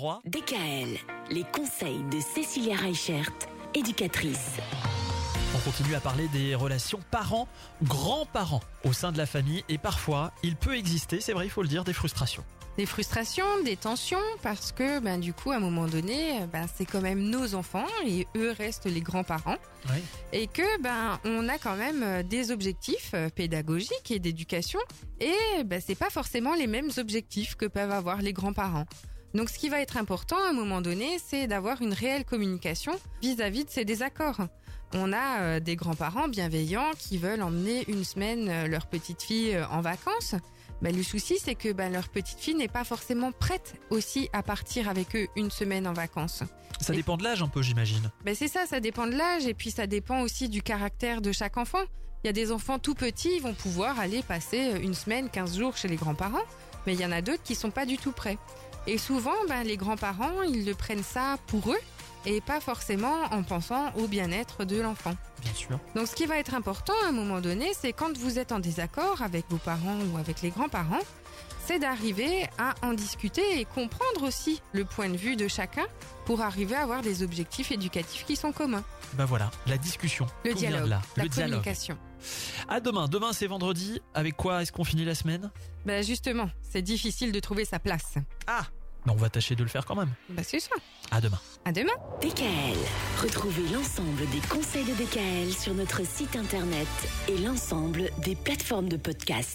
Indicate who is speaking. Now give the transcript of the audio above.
Speaker 1: 3.
Speaker 2: DKL, les conseils de Cécilia Reichert, éducatrice.
Speaker 1: On continue à parler des relations parents-grands-parents au sein de la famille et parfois il peut exister, c'est vrai, il faut le dire, des frustrations.
Speaker 3: des frustrations, des tensions, parce que ben, du coup, à un moment donné, ben, c'est quand même nos enfants et eux restent les grands-parents.
Speaker 1: Oui.
Speaker 3: Et que ben, on a quand même euh, des objectifs euh, pédagogiques et d'éducation, et ben, c'est pas forcément les mêmes objectifs que peuvent avoir les grands-parents. Donc, ce qui va être important à un moment donné, c'est d'avoir une réelle communication vis-à-vis de ces désaccords. On a euh, des grands-parents bienveillants qui veulent emmener une semaine euh, leur petite fille euh, en vacances. Ben, le souci, c'est que ben, leur petite fille n'est pas forcément prête aussi à partir avec eux une semaine en vacances.
Speaker 1: Ça
Speaker 3: Et-
Speaker 1: dépend de l'âge un peu, j'imagine.
Speaker 3: Ben, c'est ça, ça dépend de l'âge et puis ça dépend aussi du caractère de chaque enfant. Il y a des enfants tout petits, ils vont pouvoir aller passer euh, une semaine, 15 jours chez les grands-parents, mais il y en a d'autres qui sont pas du tout prêts. Et souvent, ben, les grands-parents, ils le prennent ça pour eux et pas forcément en pensant au bien-être de l'enfant.
Speaker 1: Bien sûr.
Speaker 3: Donc ce qui va être important à un moment donné, c'est quand vous êtes en désaccord avec vos parents ou avec les grands-parents, c'est d'arriver à en discuter et comprendre aussi le point de vue de chacun pour arriver à avoir des objectifs éducatifs qui sont communs.
Speaker 1: Bah voilà, la discussion.
Speaker 3: Le
Speaker 1: Tout vient de
Speaker 3: dialogue,
Speaker 1: là.
Speaker 3: la
Speaker 1: Le dialogue.
Speaker 3: communication.
Speaker 1: À demain. Demain, c'est vendredi. Avec quoi est-ce qu'on finit la semaine
Speaker 3: Ben justement, c'est difficile de trouver sa place.
Speaker 1: Ah Mais on va tâcher de le faire quand même.
Speaker 3: Ben c'est ça.
Speaker 1: À demain.
Speaker 3: À demain.
Speaker 2: DKL, retrouvez l'ensemble des conseils de DKL sur notre site internet et l'ensemble des plateformes de podcast.